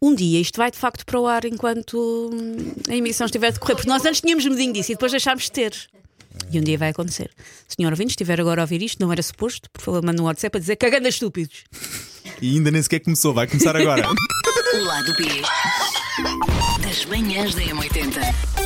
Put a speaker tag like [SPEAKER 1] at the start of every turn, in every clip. [SPEAKER 1] um dia isto vai de facto para o ar enquanto hum, a emissão estiver a decorrer, porque nós antes tínhamos medinho disso e depois deixámos de ter. E um dia vai acontecer. Senhor ouvinte, estiver agora a ouvir isto, não era suposto, por favor, manda um WhatsApp a dizer cagando estúpidos.
[SPEAKER 2] E ainda nem sequer começou, vai começar agora.
[SPEAKER 3] O lado B das manhãs da M80.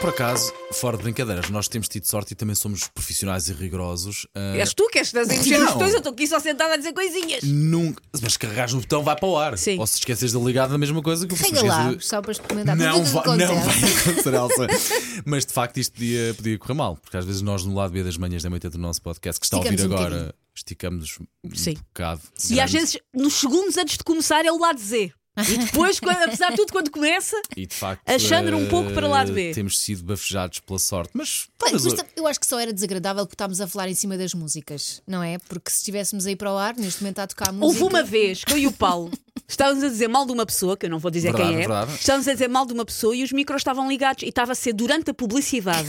[SPEAKER 4] Por acaso, fora de brincadeiras, nós temos tido sorte e também somos profissionais e rigorosos. ah,
[SPEAKER 1] És tu que és das encher
[SPEAKER 4] Não.
[SPEAKER 1] os dois, eu estou aqui só sentada a dizer coisinhas.
[SPEAKER 4] nunca. Mas se carregares no botão, vai para o ar.
[SPEAKER 1] Sim.
[SPEAKER 4] Ou se te esqueces de ligar, da mesma coisa que eu
[SPEAKER 5] Chega lá, só para experimentar. Mas
[SPEAKER 4] Não,
[SPEAKER 5] o que
[SPEAKER 4] vai,
[SPEAKER 5] é que
[SPEAKER 4] não
[SPEAKER 5] acontece?
[SPEAKER 4] vai acontecer, Elsa. Mas de facto isto podia, podia correr mal, porque às vezes nós no lado B das manhãs da manhã do nosso podcast, que está a
[SPEAKER 5] Esticamos
[SPEAKER 4] ouvir
[SPEAKER 5] um
[SPEAKER 4] agora,
[SPEAKER 5] bocadinho.
[SPEAKER 4] esticamos um
[SPEAKER 1] Sim.
[SPEAKER 4] bocado.
[SPEAKER 1] E
[SPEAKER 4] grande.
[SPEAKER 1] às vezes, nos segundos antes de começar, é o lado Z. E depois, quando- apesar de tudo, quando começa,
[SPEAKER 4] E de facto.
[SPEAKER 1] Alexandre, um
[SPEAKER 4] eh,
[SPEAKER 1] pouco para o lado B.
[SPEAKER 4] Temos sido bafejados pela sorte, mas.
[SPEAKER 5] Bem,
[SPEAKER 4] mas-
[SPEAKER 5] mas tam- eu acho que só era desagradável porque estávamos a falar em cima das músicas, não é? Porque se estivéssemos aí para o ar, neste momento está a tocar a música.
[SPEAKER 1] Houve
[SPEAKER 4] então-
[SPEAKER 1] uma vez que eu e o Paulo estávamos a dizer mal de uma pessoa, que eu não vou dizer
[SPEAKER 4] Verdade,
[SPEAKER 1] quem é,
[SPEAKER 4] verdade.
[SPEAKER 1] estávamos a dizer mal de uma pessoa e os micros estavam ligados e estava a ser durante a publicidade.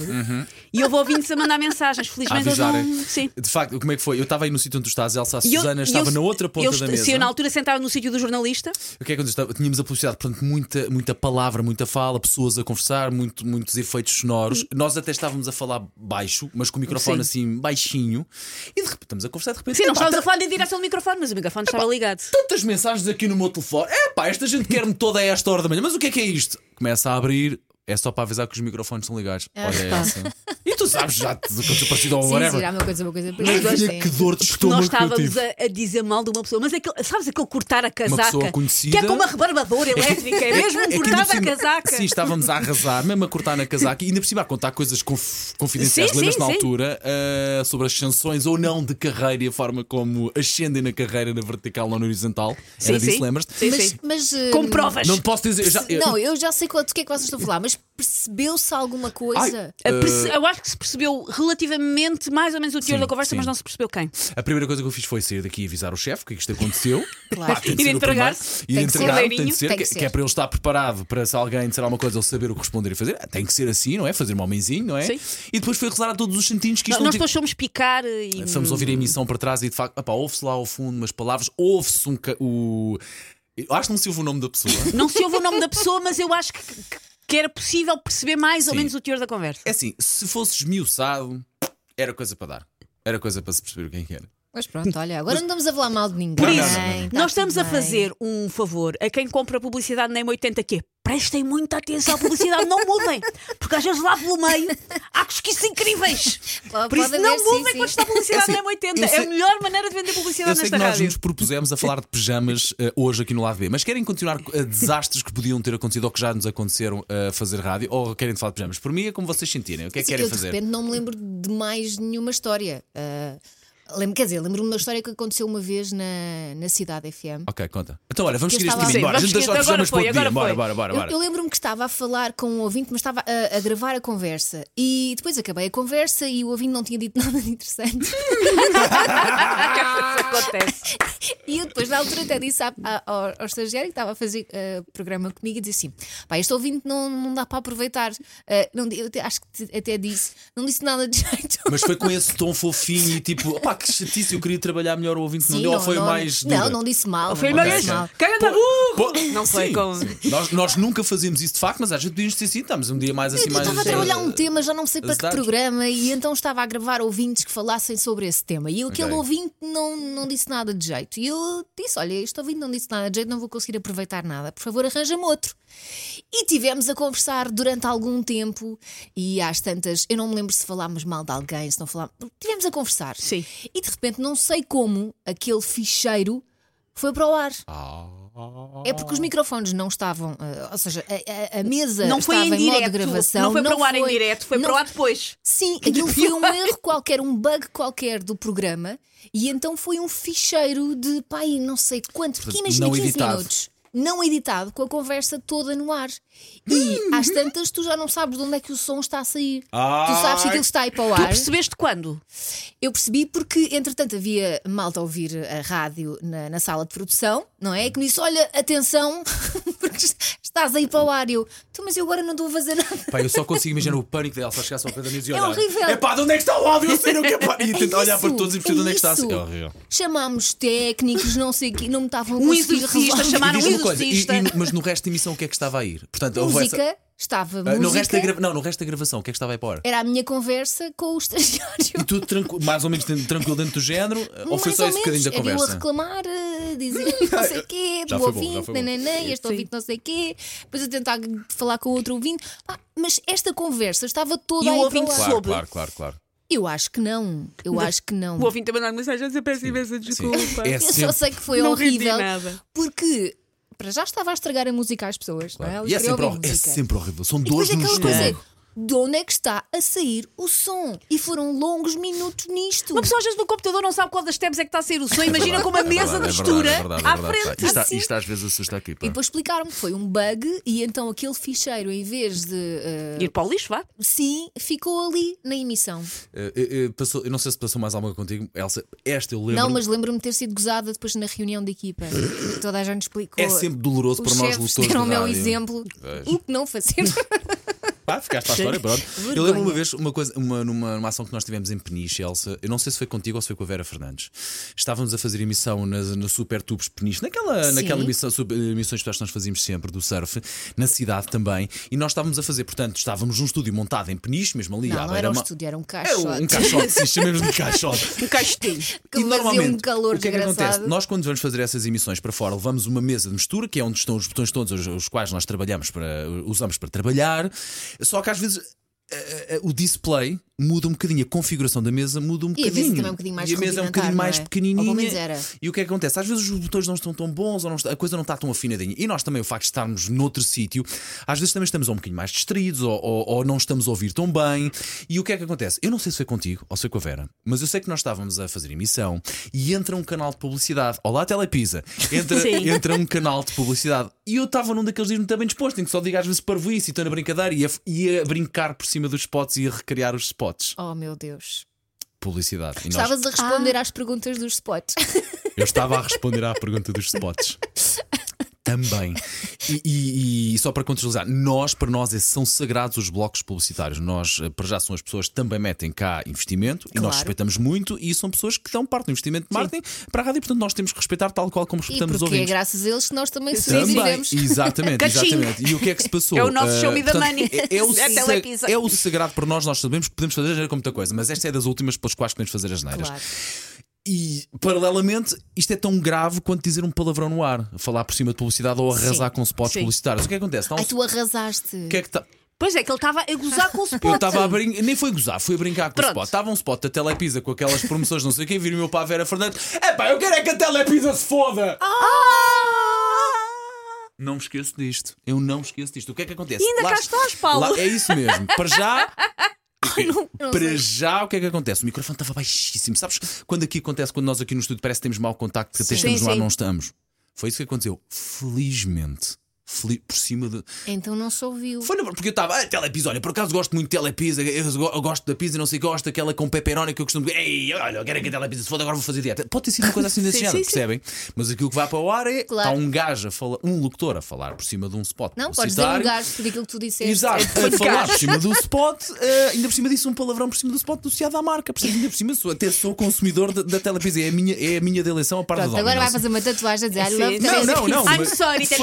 [SPEAKER 1] E eu vou ouvindo-se a mandar mensagens.
[SPEAKER 4] Uhum. a
[SPEAKER 1] Felizmente eles
[SPEAKER 4] avisarem.
[SPEAKER 1] não. Sim.
[SPEAKER 4] De facto, como é que foi? Eu estava aí no sítio onde tu estás, Elsa, a
[SPEAKER 1] E eu-
[SPEAKER 4] Susana
[SPEAKER 1] e
[SPEAKER 4] estava
[SPEAKER 1] eu-
[SPEAKER 4] na outra ponta
[SPEAKER 1] eu,
[SPEAKER 4] da
[SPEAKER 1] est-
[SPEAKER 4] mesa.
[SPEAKER 1] Se eu na altura sentava no sítio do jornalista,
[SPEAKER 4] O que é que aconteceu? Tínhamos a publicidade, portanto, muita, muita palavra, muita fala, pessoas a conversar, muito- muitos efeitos
[SPEAKER 1] Hum.
[SPEAKER 4] sonoros. Nós até estávamos a falar baixo, mas com o microfone assim baixinho. E de repente estamos a conversar, de repente.
[SPEAKER 1] sim, não
[SPEAKER 4] "Epá, tá-
[SPEAKER 1] estávamos a falar em direção do microfone, mas o microfone estava ligado.
[SPEAKER 4] tantas mensagens aqui no meu telefone. É pá, esta gente quer-me toda a esta hora da manhã, mas o que é que é isto? Começa a abrir. É só para avisar que os microfones são ligados.
[SPEAKER 1] É.
[SPEAKER 4] Olha é
[SPEAKER 5] pá.
[SPEAKER 4] essa. E tu sabes já do que eu parecido ao
[SPEAKER 5] Sim,
[SPEAKER 4] whatever.
[SPEAKER 5] sim, era uma coisa, uma coisa.
[SPEAKER 4] Mas olha que dor de estômago
[SPEAKER 1] Nós
[SPEAKER 4] que eu
[SPEAKER 1] estávamos
[SPEAKER 4] tive.
[SPEAKER 1] a, a dizer mal de uma pessoa, mas aquele, sabes aquele cortar a casaca?
[SPEAKER 4] pessoa conhecida.
[SPEAKER 1] Que é com uma rebarbadora elétrica, é mesmo um
[SPEAKER 4] que
[SPEAKER 1] cortar
[SPEAKER 4] ainda por
[SPEAKER 1] a
[SPEAKER 4] cima-
[SPEAKER 1] casaca.
[SPEAKER 4] Sim, estávamos a arrasar, mesmo a cortar na casaca e ainda por cima a contar coisas conf- confidenciais.
[SPEAKER 1] Sim,
[SPEAKER 4] Lembras
[SPEAKER 1] sim,
[SPEAKER 4] na
[SPEAKER 1] sim.
[SPEAKER 4] altura ah, sobre as sanções ou não de carreira e a forma como ascendem na carreira, na vertical ou na horizontal? Era
[SPEAKER 1] Sim,
[SPEAKER 4] disso,
[SPEAKER 1] sim.
[SPEAKER 4] lembras-te?
[SPEAKER 1] Sim,
[SPEAKER 5] Mas,
[SPEAKER 1] sim.
[SPEAKER 5] mas, eh,
[SPEAKER 1] Com provas.
[SPEAKER 4] Não te posso dizer. eu já- eu-
[SPEAKER 5] Não, eu já sei qual- do que é que vocês estão a falar, mas percebeu-se alguma coisa?
[SPEAKER 4] ah,
[SPEAKER 1] A perce- Eu acho que se percebeu relativamente mais ou menos o teor
[SPEAKER 4] Eh, Sim,
[SPEAKER 1] da conversa,
[SPEAKER 4] sim.
[SPEAKER 1] mas não se percebeu quem.
[SPEAKER 4] A primeira coisa que eu fiz foi sair daqui e avisar o chefe que isto aconteceu.
[SPEAKER 5] Claro.
[SPEAKER 4] tem de
[SPEAKER 1] Ir
[SPEAKER 4] ser o
[SPEAKER 1] entregar-se.
[SPEAKER 4] primeiro. Ir
[SPEAKER 5] Tem que ser.
[SPEAKER 4] entregar, tem
[SPEAKER 1] Bandeirinho.
[SPEAKER 4] de ser,
[SPEAKER 5] Tem
[SPEAKER 4] que,
[SPEAKER 5] que ser.
[SPEAKER 4] que é para ele estar preparado para se alguém disser alguma coisa, ele saber o que responder e fazer. Ah, Tem que ser assim, não é? Fazer um homenzinho, não é?
[SPEAKER 1] Sim.
[SPEAKER 4] E depois foi rezar a todos os santinhos que isto não
[SPEAKER 1] Nós
[SPEAKER 4] tinha-
[SPEAKER 1] depois fomos picar e. hum.
[SPEAKER 4] Fomos ouvir a emissão para trás e de facto, opá, ouve-se lá ao fundo umas palavras, ouve-se um. ca- O... eu Acho que não se ouve o nome da pessoa.
[SPEAKER 1] Não se ouve o nome da pessoa, mas eu acho que, que- que era possível perceber mais ou
[SPEAKER 4] Sim.
[SPEAKER 1] menos o teor da conversa.
[SPEAKER 4] É assim, se fosse esmiuçado, era coisa para dar. Era coisa para se perceber quem que era.
[SPEAKER 5] Mas pronto, olha, agora não estamos a falar mal de ninguém.
[SPEAKER 4] Por isso,
[SPEAKER 5] tá
[SPEAKER 1] Nós estamos
[SPEAKER 5] tudo
[SPEAKER 1] a
[SPEAKER 5] bem.
[SPEAKER 1] fazer um favor a quem compra publicidade na M80 que é prestem muita atenção à publicidade, não mudem, porque às vezes lá pelo meio há cosquices incríveis.
[SPEAKER 5] Pode
[SPEAKER 1] Por isso
[SPEAKER 5] haver,
[SPEAKER 1] não
[SPEAKER 5] sim,
[SPEAKER 1] mudem
[SPEAKER 5] sim.
[SPEAKER 1] quando está a publicidade
[SPEAKER 4] É
[SPEAKER 1] na
[SPEAKER 4] assim,
[SPEAKER 1] M80.
[SPEAKER 4] eu
[SPEAKER 1] É a
[SPEAKER 4] sei-
[SPEAKER 1] melhor maneira de vender
[SPEAKER 4] Eu
[SPEAKER 1] publicidade
[SPEAKER 4] sei que
[SPEAKER 1] nesta
[SPEAKER 4] nós
[SPEAKER 1] rádio.
[SPEAKER 4] nos propusemos a falar de pijamas eh, hoje aqui no lado B, mas querem continuar a desastres que podiam ter acontecido ou que já nos aconteceram eh, a fazer rádio ou querem falar de pijamas? Por mim é como vocês sentirem. O que é que querem
[SPEAKER 5] eu
[SPEAKER 4] fazer?
[SPEAKER 5] de repente não me lembro de mais nenhuma história. Ah, lembro, quer dizer, lembro-me de uma história que aconteceu uma vez na, na cidade FM.
[SPEAKER 4] Ok, conta. Então, olha, vamos
[SPEAKER 5] Que
[SPEAKER 4] seguir
[SPEAKER 5] eu
[SPEAKER 4] este
[SPEAKER 5] estava-
[SPEAKER 4] caminho.
[SPEAKER 5] Sim,
[SPEAKER 4] Bora, a
[SPEAKER 1] vamos
[SPEAKER 4] gente deixa os
[SPEAKER 1] seguir- agora
[SPEAKER 4] pijamas
[SPEAKER 1] foi,
[SPEAKER 4] para outro dia.
[SPEAKER 1] agora
[SPEAKER 4] Bora,
[SPEAKER 1] foi.
[SPEAKER 4] bora, bora.
[SPEAKER 5] Eu,
[SPEAKER 4] bora.
[SPEAKER 5] eu lembro-me que estava a falar com um ouvinte, mas estava a, a gravar a conversa. E depois acabei a conversa e o ouvinte não tinha dito nada de interessante.
[SPEAKER 1] Acontece.
[SPEAKER 5] E eu depois, na altura, até disse à- à- ao, ao estagiário que estava a fazer eh, programa comigo e disse assim: pá, este ouvinte não, não dá para aproveitar. Eh, não, di- eu até- acho que te- até disse, não disse nada de jeito.
[SPEAKER 4] Mas foi com esse tom fofinho e tipo, pá, que chatice, eu queria trabalhar melhor o ouvinte, não
[SPEAKER 5] Sim,
[SPEAKER 4] deu, ou foi mais.
[SPEAKER 5] Não,
[SPEAKER 4] dura?
[SPEAKER 5] não disse mal.
[SPEAKER 1] Foi
[SPEAKER 5] não
[SPEAKER 1] uma
[SPEAKER 4] Ok.
[SPEAKER 1] vez.
[SPEAKER 5] disse mal.
[SPEAKER 1] Caga na rua!
[SPEAKER 4] Pô,
[SPEAKER 1] Não foi
[SPEAKER 4] sim,
[SPEAKER 1] com-
[SPEAKER 4] sim. Nós, nós nunca fazíamos isso de facto, mas às vezes podíamos ter sido, estamos um dia mais assim,
[SPEAKER 5] Eu
[SPEAKER 4] mais.
[SPEAKER 5] estava a trabalhar um tema, já não sei para que
[SPEAKER 4] azar.
[SPEAKER 5] programa, e então estava a gravar ouvintes que falassem sobre esse tema. E aquele
[SPEAKER 4] Ok.
[SPEAKER 5] ouvinte não, não disse nada de jeito. E eu disse: Olha, este ouvinte não disse nada de jeito, não vou conseguir aproveitar nada. Por favor, arranja-me outro. E tivemos a conversar durante algum tempo, e às tantas, eu não me lembro se falámos mal de alguém, se não falámos. Tivemos a conversar.
[SPEAKER 1] Sim.
[SPEAKER 5] E de repente, não sei como, aquele ficheiro foi para o ar.
[SPEAKER 4] Ah.
[SPEAKER 5] É porque os microfones não estavam, eh, ou seja, a, a- a mesa
[SPEAKER 1] Não foi
[SPEAKER 5] estava
[SPEAKER 1] em
[SPEAKER 5] modo de
[SPEAKER 1] direto.
[SPEAKER 5] gravação.
[SPEAKER 1] não foi para o ar em
[SPEAKER 5] foi-
[SPEAKER 1] direto, foi
[SPEAKER 5] não-
[SPEAKER 1] para o ar depois.
[SPEAKER 5] Sim, aquilo foi um erro qualquer, um bug qualquer do programa, e então foi um ficheiro de pai, não sei quanto, porque
[SPEAKER 4] Portanto,
[SPEAKER 5] imagina
[SPEAKER 4] não
[SPEAKER 5] 15
[SPEAKER 4] editado.
[SPEAKER 5] minutos. Não editado, com a conversa toda no ar. E às tantas tu já não sabes de onde é que o som está a sair. Tu sabes que aquilo está aí para o
[SPEAKER 1] Tu
[SPEAKER 5] ar.
[SPEAKER 1] percebeste quando?
[SPEAKER 5] Eu percebi porque, entretanto, havia malta a ouvir a rádio na, na sala de produção, não é? E que me disse: olha, atenção, porque estás aí para o ar. E eu, "Tu, mas eu agora não estou a fazer nada.
[SPEAKER 4] Pá, eu só consigo imaginar o pânico dela só chegar só ao pé da mesa e
[SPEAKER 5] É
[SPEAKER 4] olhar.
[SPEAKER 5] horrível.
[SPEAKER 4] É pá, de onde é que está o áudio? Eu sei não que é pá. E
[SPEAKER 5] É
[SPEAKER 4] tentar olhar
[SPEAKER 5] isso,
[SPEAKER 4] para todos e perceber de onde é que está.
[SPEAKER 5] isso.
[SPEAKER 4] É horrível.
[SPEAKER 5] Chamámos técnicos, não sei o quê, não me estavam a
[SPEAKER 1] Um
[SPEAKER 5] conseguir
[SPEAKER 1] exorcista,
[SPEAKER 5] resolver.
[SPEAKER 1] chamaram
[SPEAKER 4] E
[SPEAKER 1] um
[SPEAKER 4] diz-me uma coisa, e-
[SPEAKER 1] exorcista.
[SPEAKER 4] e- mas no resto da emissão o que é que estava a ir? Portanto, houve essa-
[SPEAKER 5] Música, estava
[SPEAKER 4] Ah,
[SPEAKER 5] música.
[SPEAKER 4] no resto da grava- Não, no resto da gravação, o que é que estava aí para o ar?
[SPEAKER 5] Era a minha conversa com o estagiário.
[SPEAKER 4] E tudo tranquilo, mais ou menos dentro- tranquilo dentro do género? ou foi
[SPEAKER 5] Mais
[SPEAKER 4] só
[SPEAKER 5] ou
[SPEAKER 4] esse
[SPEAKER 5] menos,
[SPEAKER 4] bocadinho da
[SPEAKER 5] era Eu a
[SPEAKER 4] conversa?
[SPEAKER 5] reclamar, a dizer não sei o quê,
[SPEAKER 4] Já
[SPEAKER 5] do
[SPEAKER 4] foi bom, já
[SPEAKER 5] ouvinte,
[SPEAKER 4] foi bom.
[SPEAKER 5] nananã, este ouvinte não sei o quê, depois eu tentar falar com outro ouvinte. Ah, mas esta conversa estava toda
[SPEAKER 1] E o
[SPEAKER 5] aí para
[SPEAKER 1] ouvinte
[SPEAKER 5] lá.
[SPEAKER 1] só-
[SPEAKER 4] Claro,
[SPEAKER 1] Soube.
[SPEAKER 4] claro, claro, claro.
[SPEAKER 5] Eu acho que não, eu acho que não.
[SPEAKER 1] O ouvinte é a mandar mensagem a dizer peço imensa
[SPEAKER 4] Sim.
[SPEAKER 1] desculpa.
[SPEAKER 4] É
[SPEAKER 5] Eu só
[SPEAKER 4] sempre-
[SPEAKER 5] sei que foi
[SPEAKER 1] Não rendi
[SPEAKER 5] horrível,
[SPEAKER 1] nada.
[SPEAKER 5] porque para já estava a estragar a música às pessoas, não é? Elas
[SPEAKER 4] E é
[SPEAKER 5] queriam
[SPEAKER 4] sempre,
[SPEAKER 5] ouvir
[SPEAKER 4] hor- é
[SPEAKER 5] música.
[SPEAKER 4] sempre horrível. São
[SPEAKER 5] E depois
[SPEAKER 4] dores no
[SPEAKER 5] aquela coisa é,
[SPEAKER 4] estômago.
[SPEAKER 5] de onde é que está a sair o som? E foram longos minutos nisto.
[SPEAKER 1] Uma pessoa às vezes no computador não sabe qual das tabs é que está a sair o som. Imagina
[SPEAKER 4] verdade,
[SPEAKER 1] como a
[SPEAKER 4] é
[SPEAKER 1] mesa
[SPEAKER 4] verdade,
[SPEAKER 1] de
[SPEAKER 4] é
[SPEAKER 1] mistura
[SPEAKER 4] verdade, é verdade,
[SPEAKER 1] à
[SPEAKER 4] é verdade.
[SPEAKER 1] frente.
[SPEAKER 4] Isto,
[SPEAKER 5] assim.
[SPEAKER 4] isto às vezes assusta aqui. pá.
[SPEAKER 5] E depois explicaram-me que foi um bug e então aquele ficheiro, em vez de eh,
[SPEAKER 1] Ir para o lixo, vá.
[SPEAKER 5] sim, ficou ali na emissão.
[SPEAKER 4] Eh, eh, eh, passou- eu não sei se passou mais alguma contigo, Elsa. Esta eu lembro.
[SPEAKER 5] Não, mas lembro-me de ter sido gozada depois na reunião de equipa. Toda a gente explicou.
[SPEAKER 4] É sempre doloroso
[SPEAKER 5] Os
[SPEAKER 4] para nós
[SPEAKER 5] chefes
[SPEAKER 4] lutadores.
[SPEAKER 5] deram o
[SPEAKER 4] de
[SPEAKER 5] meu
[SPEAKER 4] rádio.
[SPEAKER 5] exemplo. O que não fazer?
[SPEAKER 4] Pá, ficaste à história, pronto.
[SPEAKER 5] Vergonha.
[SPEAKER 4] Eu lembro uma vez uma coisa, uma, numa, numa ação que nós tivemos em Peniche, Elsa. Eu não sei se foi contigo ou se foi com a Vera Fernandes. Estávamos a fazer emissão na, no Super Tubos Peniche, naquela,
[SPEAKER 5] Sim.
[SPEAKER 4] naquela emissão, sub- emissões especiais que nós fazíamos sempre do surf, na cidade também. E nós estávamos a fazer, portanto, estávamos num estúdio montado em Peniche, mesmo ali à
[SPEAKER 5] Não, não era um
[SPEAKER 4] beira-mar.
[SPEAKER 5] estúdio, era
[SPEAKER 4] É
[SPEAKER 5] um
[SPEAKER 4] um,
[SPEAKER 5] caixote.
[SPEAKER 4] um caixote, sim, chamemos-lhe de caixote.
[SPEAKER 1] Um caixotinho.
[SPEAKER 5] Que fazia um calor
[SPEAKER 4] o que é que
[SPEAKER 5] desgraçado.
[SPEAKER 4] acontece? Nós, quando vamos fazer essas emissões para fora, levamos uma mesa de mistura, que é onde estão os botões todos os, os quais nós trabalhamos para, usamos para trabalhar, só que às vezes. eh, eh, O display muda um bocadinho, a configuração da mesa muda um
[SPEAKER 5] E a mesa
[SPEAKER 4] bocadinho.
[SPEAKER 5] também é um bocadinho mais
[SPEAKER 4] e a mesa é um
[SPEAKER 5] rudimentar,
[SPEAKER 4] bocadinho mais
[SPEAKER 5] não é?
[SPEAKER 4] pequenininha.
[SPEAKER 5] Ou pelo menos era.
[SPEAKER 4] E o que é que acontece? Às vezes os botões não estão tão bons ou não está- a coisa não está tão afinadinha. E nós também, o facto de estarmos noutro sítio, às vezes também estamos um bocadinho mais distraídos ou, ou- ou não estamos a ouvir tão bem. E o que é que acontece? Eu não sei se foi contigo ou se foi com a Vera, mas eu sei que nós estávamos a fazer emissão e entra um canal de publicidade. Olá, Telepisa! Entra,
[SPEAKER 1] Sim.
[SPEAKER 4] entra um canal de publicidade. E eu estava num daqueles dias muito bem disposto, em que só digo às vezes parvoíce e estou na brincadeira e a, e a brincar por cima dos spots e a recriar os spots.
[SPEAKER 5] Oh meu Deus.
[SPEAKER 4] Publicidade. E nós-
[SPEAKER 5] Estavas a
[SPEAKER 1] Ah.
[SPEAKER 5] responder às perguntas dos spots.
[SPEAKER 4] eu estava a responder à pergunta dos spots. Também. E, e- e só para contextualizar, nós, para nós, esses são sagrados os blocos publicitários. Nós, eh, para já, são as pessoas que também metem cá investimento e
[SPEAKER 5] Claro.
[SPEAKER 4] nós respeitamos muito e são pessoas que dão parte do investimento de marketing para a rádio e, portanto, nós temos que respeitar tal qual como
[SPEAKER 5] E
[SPEAKER 4] respeitamos os
[SPEAKER 5] porque é
[SPEAKER 4] ouvintes.
[SPEAKER 5] graças a eles que nós também
[SPEAKER 4] Também,
[SPEAKER 5] sobrevivemos.
[SPEAKER 4] exatamente,
[SPEAKER 1] Cachim.
[SPEAKER 4] exatamente. E o que é que se passou?
[SPEAKER 1] É o nosso
[SPEAKER 4] Ah,
[SPEAKER 1] show me the
[SPEAKER 4] portanto,
[SPEAKER 1] money.
[SPEAKER 4] É, é o
[SPEAKER 1] É
[SPEAKER 4] seg-
[SPEAKER 1] telepisa.
[SPEAKER 4] é o sagrado para nós, nós sabemos que podemos fazer com muita coisa, mas esta é das últimas pelas quais podemos fazer as neiras.
[SPEAKER 5] Claro.
[SPEAKER 4] E, paralelamente, isto é tão grave quanto dizer um palavrão no ar, falar por cima de publicidade ou arrasar com spots
[SPEAKER 1] Sim.
[SPEAKER 4] publicitários. O que é que acontece? Há um-
[SPEAKER 5] Ai, tu
[SPEAKER 4] o
[SPEAKER 5] arrasaste.
[SPEAKER 4] que é que tá-
[SPEAKER 1] Pois é, que ele estava a gozar com o spot.
[SPEAKER 4] Eu estava a brincar, nem foi gozar, fui a brincar com
[SPEAKER 1] Pronto.
[SPEAKER 4] o spot. Estava um spot da Telepisa com aquelas promoções, não sei o quê, vira-me eu para a Vera Fernandes. Epá, eu quero é que a Telepisa se foda!
[SPEAKER 1] Ah!
[SPEAKER 4] Não me esqueço disto. Eu não me esqueço disto. O que é que acontece?
[SPEAKER 1] E ainda cá estás, Paulo.
[SPEAKER 4] lá- é isso mesmo. Para já,
[SPEAKER 5] Não- não
[SPEAKER 4] para
[SPEAKER 5] sei.
[SPEAKER 4] já, o que é que acontece? O microfone estava baixíssimo. Sabes quando aqui acontece, quando nós aqui no estúdio parece que temos mau contacto, que até
[SPEAKER 1] Sim.
[SPEAKER 4] estamos
[SPEAKER 1] Sim,
[SPEAKER 4] lá
[SPEAKER 1] sim.
[SPEAKER 4] não estamos. Foi isso que aconteceu. Felizmente. feli- Por cima de.
[SPEAKER 5] Então não se ouviu.
[SPEAKER 4] Foi na- porque eu estava. Ah, telepisa, olha, por acaso gosto muito de telepisa, eu, go- eu gosto da pizza, não sei, gosto daquela com pepperoni que eu costumo. Ei, olha, eu quero que a telepisa se foda, agora vou fazer dieta. Pode ter sido uma coisa assim desse
[SPEAKER 1] Sim,
[SPEAKER 4] género,
[SPEAKER 1] sim, sim.
[SPEAKER 4] percebem? Mas aquilo que vai para o ar é. Está
[SPEAKER 5] Claro.
[SPEAKER 4] um gajo a falar, um locutor a falar por cima de um spot.
[SPEAKER 5] Não, podes dar um
[SPEAKER 4] publicitário.
[SPEAKER 5] gajo por aquilo que é- tu disseste.
[SPEAKER 4] Exato, a falar por cima do spot, eh, ainda por cima disso, um palavrão por cima do spot associado à marca. Por ainda por cima, sou, até sou consumidor da, da telepisa. É a minha, é a minha deleição a par
[SPEAKER 5] Pronto,
[SPEAKER 4] dos
[SPEAKER 5] agora vai
[SPEAKER 4] homens.
[SPEAKER 5] fazer uma tatuagem a dizer I
[SPEAKER 1] Sim,
[SPEAKER 5] love
[SPEAKER 1] sim.
[SPEAKER 5] Teresa
[SPEAKER 4] Não, não,
[SPEAKER 5] Cristina.
[SPEAKER 4] não.
[SPEAKER 1] I'm sorry,
[SPEAKER 4] Foi- Tá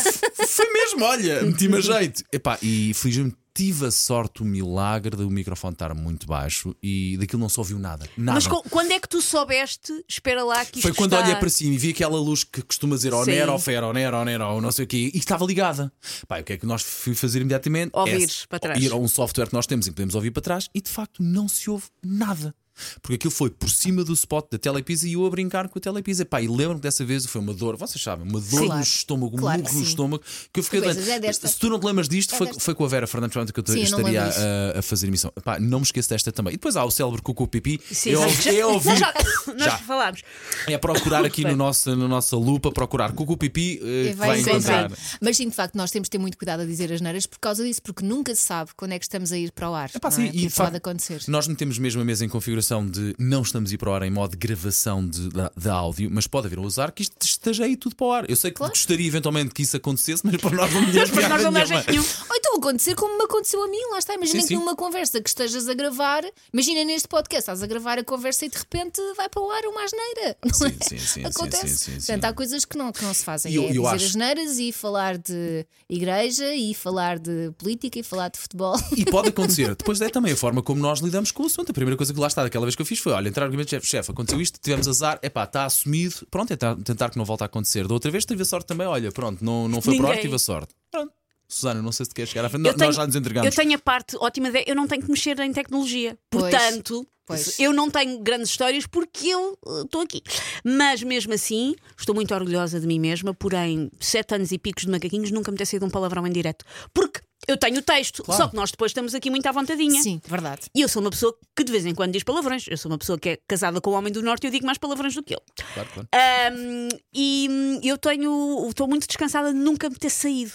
[SPEAKER 1] telepisa.
[SPEAKER 4] Foi mesmo, olha, meti-me a jeito. Epá, e felizmente tive a sorte, o milagre do microfone estar muito baixo e daquilo não se ouviu nada. Nada.
[SPEAKER 1] Mas co- quando é que tu soubeste? Espera lá que isto
[SPEAKER 4] Foi quando
[SPEAKER 1] está...
[SPEAKER 4] olhei para cima e vi aquela luz que costuma dizer "Oh, oner,
[SPEAKER 1] Sim.
[SPEAKER 4] ofer, oner, oner, ou oh, não sei o quê, e que estava ligada. Pá, o que é que nós fui fazer imediatamente?
[SPEAKER 1] Ouvir
[SPEAKER 4] É
[SPEAKER 1] para trás.
[SPEAKER 4] Ir a um software que nós temos e que podemos ouvir para trás, e de facto não se ouve nada. Porque aquilo foi por cima do spot da Telepisa e eu a brincar com a Telepisa. Pá, e lembro-me que dessa vez foi uma dor, vocês sabem, uma dor
[SPEAKER 5] Claro.
[SPEAKER 4] no estômago, um
[SPEAKER 5] Claro que
[SPEAKER 4] murro no
[SPEAKER 5] sim.
[SPEAKER 4] estômago, que eu fiquei
[SPEAKER 5] Coisas,
[SPEAKER 4] doente.
[SPEAKER 5] é desta. É
[SPEAKER 4] Se tu não te lembras disto, foi,
[SPEAKER 5] desta.
[SPEAKER 4] foi com a Vera Fernandes Fernandes que eu
[SPEAKER 5] Sim, eu não
[SPEAKER 4] estaria
[SPEAKER 5] lembro disso.
[SPEAKER 4] a, a fazer emissão. Pá, não me esqueço desta também. E depois há o célebre Cucu Pipi.
[SPEAKER 1] Sim,
[SPEAKER 4] eu,
[SPEAKER 1] já-
[SPEAKER 4] eu ouvi.
[SPEAKER 1] Nós, já, nós
[SPEAKER 4] Já.
[SPEAKER 1] falámos.
[SPEAKER 4] É procurar aqui no nosso, na nossa lupa, procurar Cucu Pipi, eh, que vai encontrar.
[SPEAKER 5] Mas sim, de facto, nós temos de ter muito cuidado a dizer as neiras por causa disso, porque nunca se sabe quando é que estamos a ir para o ar.
[SPEAKER 4] Epá,
[SPEAKER 5] não
[SPEAKER 4] sim,
[SPEAKER 5] é? Porque
[SPEAKER 4] e de
[SPEAKER 5] pode
[SPEAKER 4] facto,
[SPEAKER 5] acontecer.
[SPEAKER 4] Nós metemos mesmo a mesa em configuração noção de não estamos a ir para o ar em modo gravação de, de, de áudio, mas pode haver um azar que isto esteja aí tudo para o ar. Eu sei que
[SPEAKER 5] Claro.
[SPEAKER 4] gostaria eventualmente que isso acontecesse, mas para nós não me
[SPEAKER 1] Mas nós não dá jeito nenhum.
[SPEAKER 5] Ou então acontecer como me aconteceu a mim, lá está. Imagina
[SPEAKER 4] Sim,
[SPEAKER 5] que
[SPEAKER 4] sim.
[SPEAKER 5] numa conversa que estejas a gravar, imagina neste podcast, estás a gravar a conversa e de repente vai para o ar uma asneira. não
[SPEAKER 4] Sim,
[SPEAKER 5] é?
[SPEAKER 4] sim, sim, sim,
[SPEAKER 5] Acontece.
[SPEAKER 4] sim, sim, sim.
[SPEAKER 5] Portanto, há coisas que não, que não se fazem.
[SPEAKER 4] E eu-
[SPEAKER 5] é
[SPEAKER 4] eu
[SPEAKER 5] dizer
[SPEAKER 4] acho-
[SPEAKER 5] asneiras e falar de igreja e falar de política e falar de futebol.
[SPEAKER 4] E pode acontecer. Depois é também a forma como nós lidamos com o assunto. A primeira coisa que lá está, daquela vez que eu fiz, foi: olha, entrar no argumento, chefe, chefe, aconteceu isto, tivemos azar, epá, está assumido, pronto, é ta- tentar que não volte a acontecer. Da outra vez tive a sorte também, olha, pronto, não, não foi para o ar,
[SPEAKER 1] Ninguém.
[SPEAKER 4] tive a sorte. Pronto. Susana, não sei se te queres chegar à frente.
[SPEAKER 1] Eu
[SPEAKER 4] Nós- Nós já nos
[SPEAKER 1] Eu
[SPEAKER 4] entregamos.
[SPEAKER 1] tenho a parte ótima de eu não tenho que mexer em tecnologia.
[SPEAKER 5] Pois,
[SPEAKER 1] Portanto,
[SPEAKER 5] pois.
[SPEAKER 1] eu não tenho grandes histórias porque eu eh, estou aqui. Mas mesmo assim, estou muito orgulhosa de mim mesma, porém, sete anos e picos de macaquinhos nunca me ter sido um palavrão em direto. Porque eu tenho o texto,
[SPEAKER 4] Claro.
[SPEAKER 1] só que nós depois estamos aqui muito à vontadinha.
[SPEAKER 5] Sim, verdade.
[SPEAKER 1] E eu sou uma pessoa que de vez em quando diz palavrões. Eu sou uma pessoa que é casada com um homem do norte e eu digo mais palavrões do que ele.
[SPEAKER 4] Claro, claro.
[SPEAKER 1] Ahm, e hum, eu tenho. Estou muito descansada de nunca me ter saído.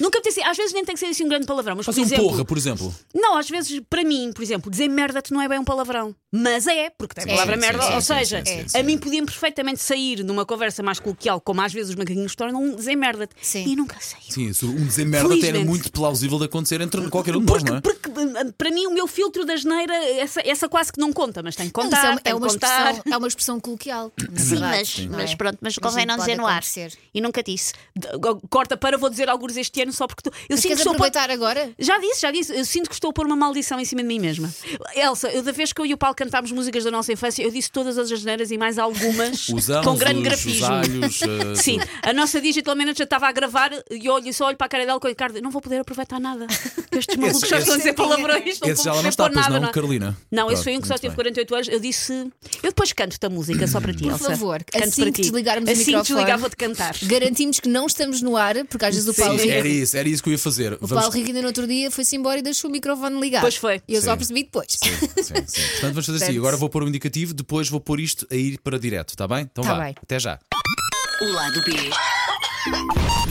[SPEAKER 1] Nunca me ter saído. Às vezes nem tem que ser assim um grande palavrão, mas
[SPEAKER 4] Fazer
[SPEAKER 1] por
[SPEAKER 4] um
[SPEAKER 1] exemplo,
[SPEAKER 4] porra, por exemplo.
[SPEAKER 1] Não, às vezes, para mim, por exemplo, dizer merda-te não é bem um palavrão. Mas é, porque tem a
[SPEAKER 5] Sim,
[SPEAKER 1] palavra
[SPEAKER 5] sim,
[SPEAKER 1] merda.
[SPEAKER 5] sim,
[SPEAKER 1] ou
[SPEAKER 5] sim,
[SPEAKER 1] seja,
[SPEAKER 5] sim, sim,
[SPEAKER 1] a mim podia perfeitamente sair numa conversa mais coloquial, como às vezes os macaquinhos tornam, um dizer merda-te.
[SPEAKER 5] Sim.
[SPEAKER 1] E nunca saiu.
[SPEAKER 4] Sim, isso, um dizer merda até era
[SPEAKER 1] Felizmente.
[SPEAKER 4] muito plausível de acontecer entre qualquer um de nós,
[SPEAKER 1] Porque,
[SPEAKER 4] não é?
[SPEAKER 1] porque, hum, para mim, o meu filtro da geneira, essa, essa quase que não conta, mas tem que
[SPEAKER 5] Não, isso
[SPEAKER 1] contar.
[SPEAKER 5] é uma-
[SPEAKER 1] tem
[SPEAKER 5] é, uma
[SPEAKER 1] que contar.
[SPEAKER 5] expressão, é uma expressão coloquial. na
[SPEAKER 1] Sim,
[SPEAKER 5] verdade,
[SPEAKER 1] mas,
[SPEAKER 5] não é?
[SPEAKER 1] mas pronto, mas
[SPEAKER 5] Mas
[SPEAKER 1] convém não
[SPEAKER 5] pode
[SPEAKER 1] dizer no ar.
[SPEAKER 5] acontecer.
[SPEAKER 1] E nunca disse. D- go- Corta para, vou dizer alguns este ano só porque tu. Eu
[SPEAKER 5] Mas
[SPEAKER 1] sinto que
[SPEAKER 5] queres
[SPEAKER 1] estou a pôr-
[SPEAKER 5] aproveitar agora?
[SPEAKER 1] Já disse, já disse. Eu sinto que estou a pôr uma maldição em cima de mim mesma. Elsa, eu da vez que eu e o Paulo cantámos músicas da nossa infância, eu disse todas as asneiras e mais algumas
[SPEAKER 4] Os anos,
[SPEAKER 1] com grande
[SPEAKER 4] os- os
[SPEAKER 1] grafismo.
[SPEAKER 4] alhos, eh,
[SPEAKER 1] Sim, a nossa digital manager estava a gravar e eu olho, só olho para a cara dela com o Ricardo, não vou poder aproveitar nada. Estes malucos
[SPEAKER 4] Esse-
[SPEAKER 1] só estão a
[SPEAKER 4] esse-
[SPEAKER 1] dizer palavrões, não
[SPEAKER 4] Esse já
[SPEAKER 1] vou
[SPEAKER 4] lá não
[SPEAKER 1] perceber
[SPEAKER 4] está,
[SPEAKER 1] por
[SPEAKER 4] pois
[SPEAKER 1] nada.
[SPEAKER 4] não, Carolina.
[SPEAKER 1] Não, esse
[SPEAKER 4] Pronto,
[SPEAKER 1] foi um que só
[SPEAKER 4] muito
[SPEAKER 1] teve
[SPEAKER 4] bem.
[SPEAKER 1] 48 anos. Eu disse. Eu depois canto-te a música só para ti,
[SPEAKER 5] Por
[SPEAKER 1] Elsa.
[SPEAKER 5] favor,
[SPEAKER 1] canto
[SPEAKER 5] assim
[SPEAKER 1] para
[SPEAKER 5] que
[SPEAKER 1] ti.
[SPEAKER 5] desligarmos o
[SPEAKER 1] assim que
[SPEAKER 5] microfone.
[SPEAKER 1] desligar, vou-te cantar.
[SPEAKER 5] Garantimos que não estamos no ar, porque às vezes o Paulo
[SPEAKER 4] Sim,
[SPEAKER 5] Rico-
[SPEAKER 4] era isso, era isso que eu ia fazer.
[SPEAKER 5] O Paulo Rico ainda no outro dia foi-se embora e deixou o microfone ligado.
[SPEAKER 1] Pois foi.
[SPEAKER 5] E eu só
[SPEAKER 4] Sim.
[SPEAKER 5] percebi depois.
[SPEAKER 4] Sim, sim. Portanto, vamos fazer assim.
[SPEAKER 5] Portanto-
[SPEAKER 4] Agora vou pôr o indicativo, depois vou pôr isto a ir para direto, está bem? Então
[SPEAKER 5] Tá
[SPEAKER 4] vá.
[SPEAKER 5] bem.
[SPEAKER 4] Até já.
[SPEAKER 3] O lado B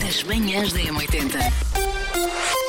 [SPEAKER 3] das manhãs da M80.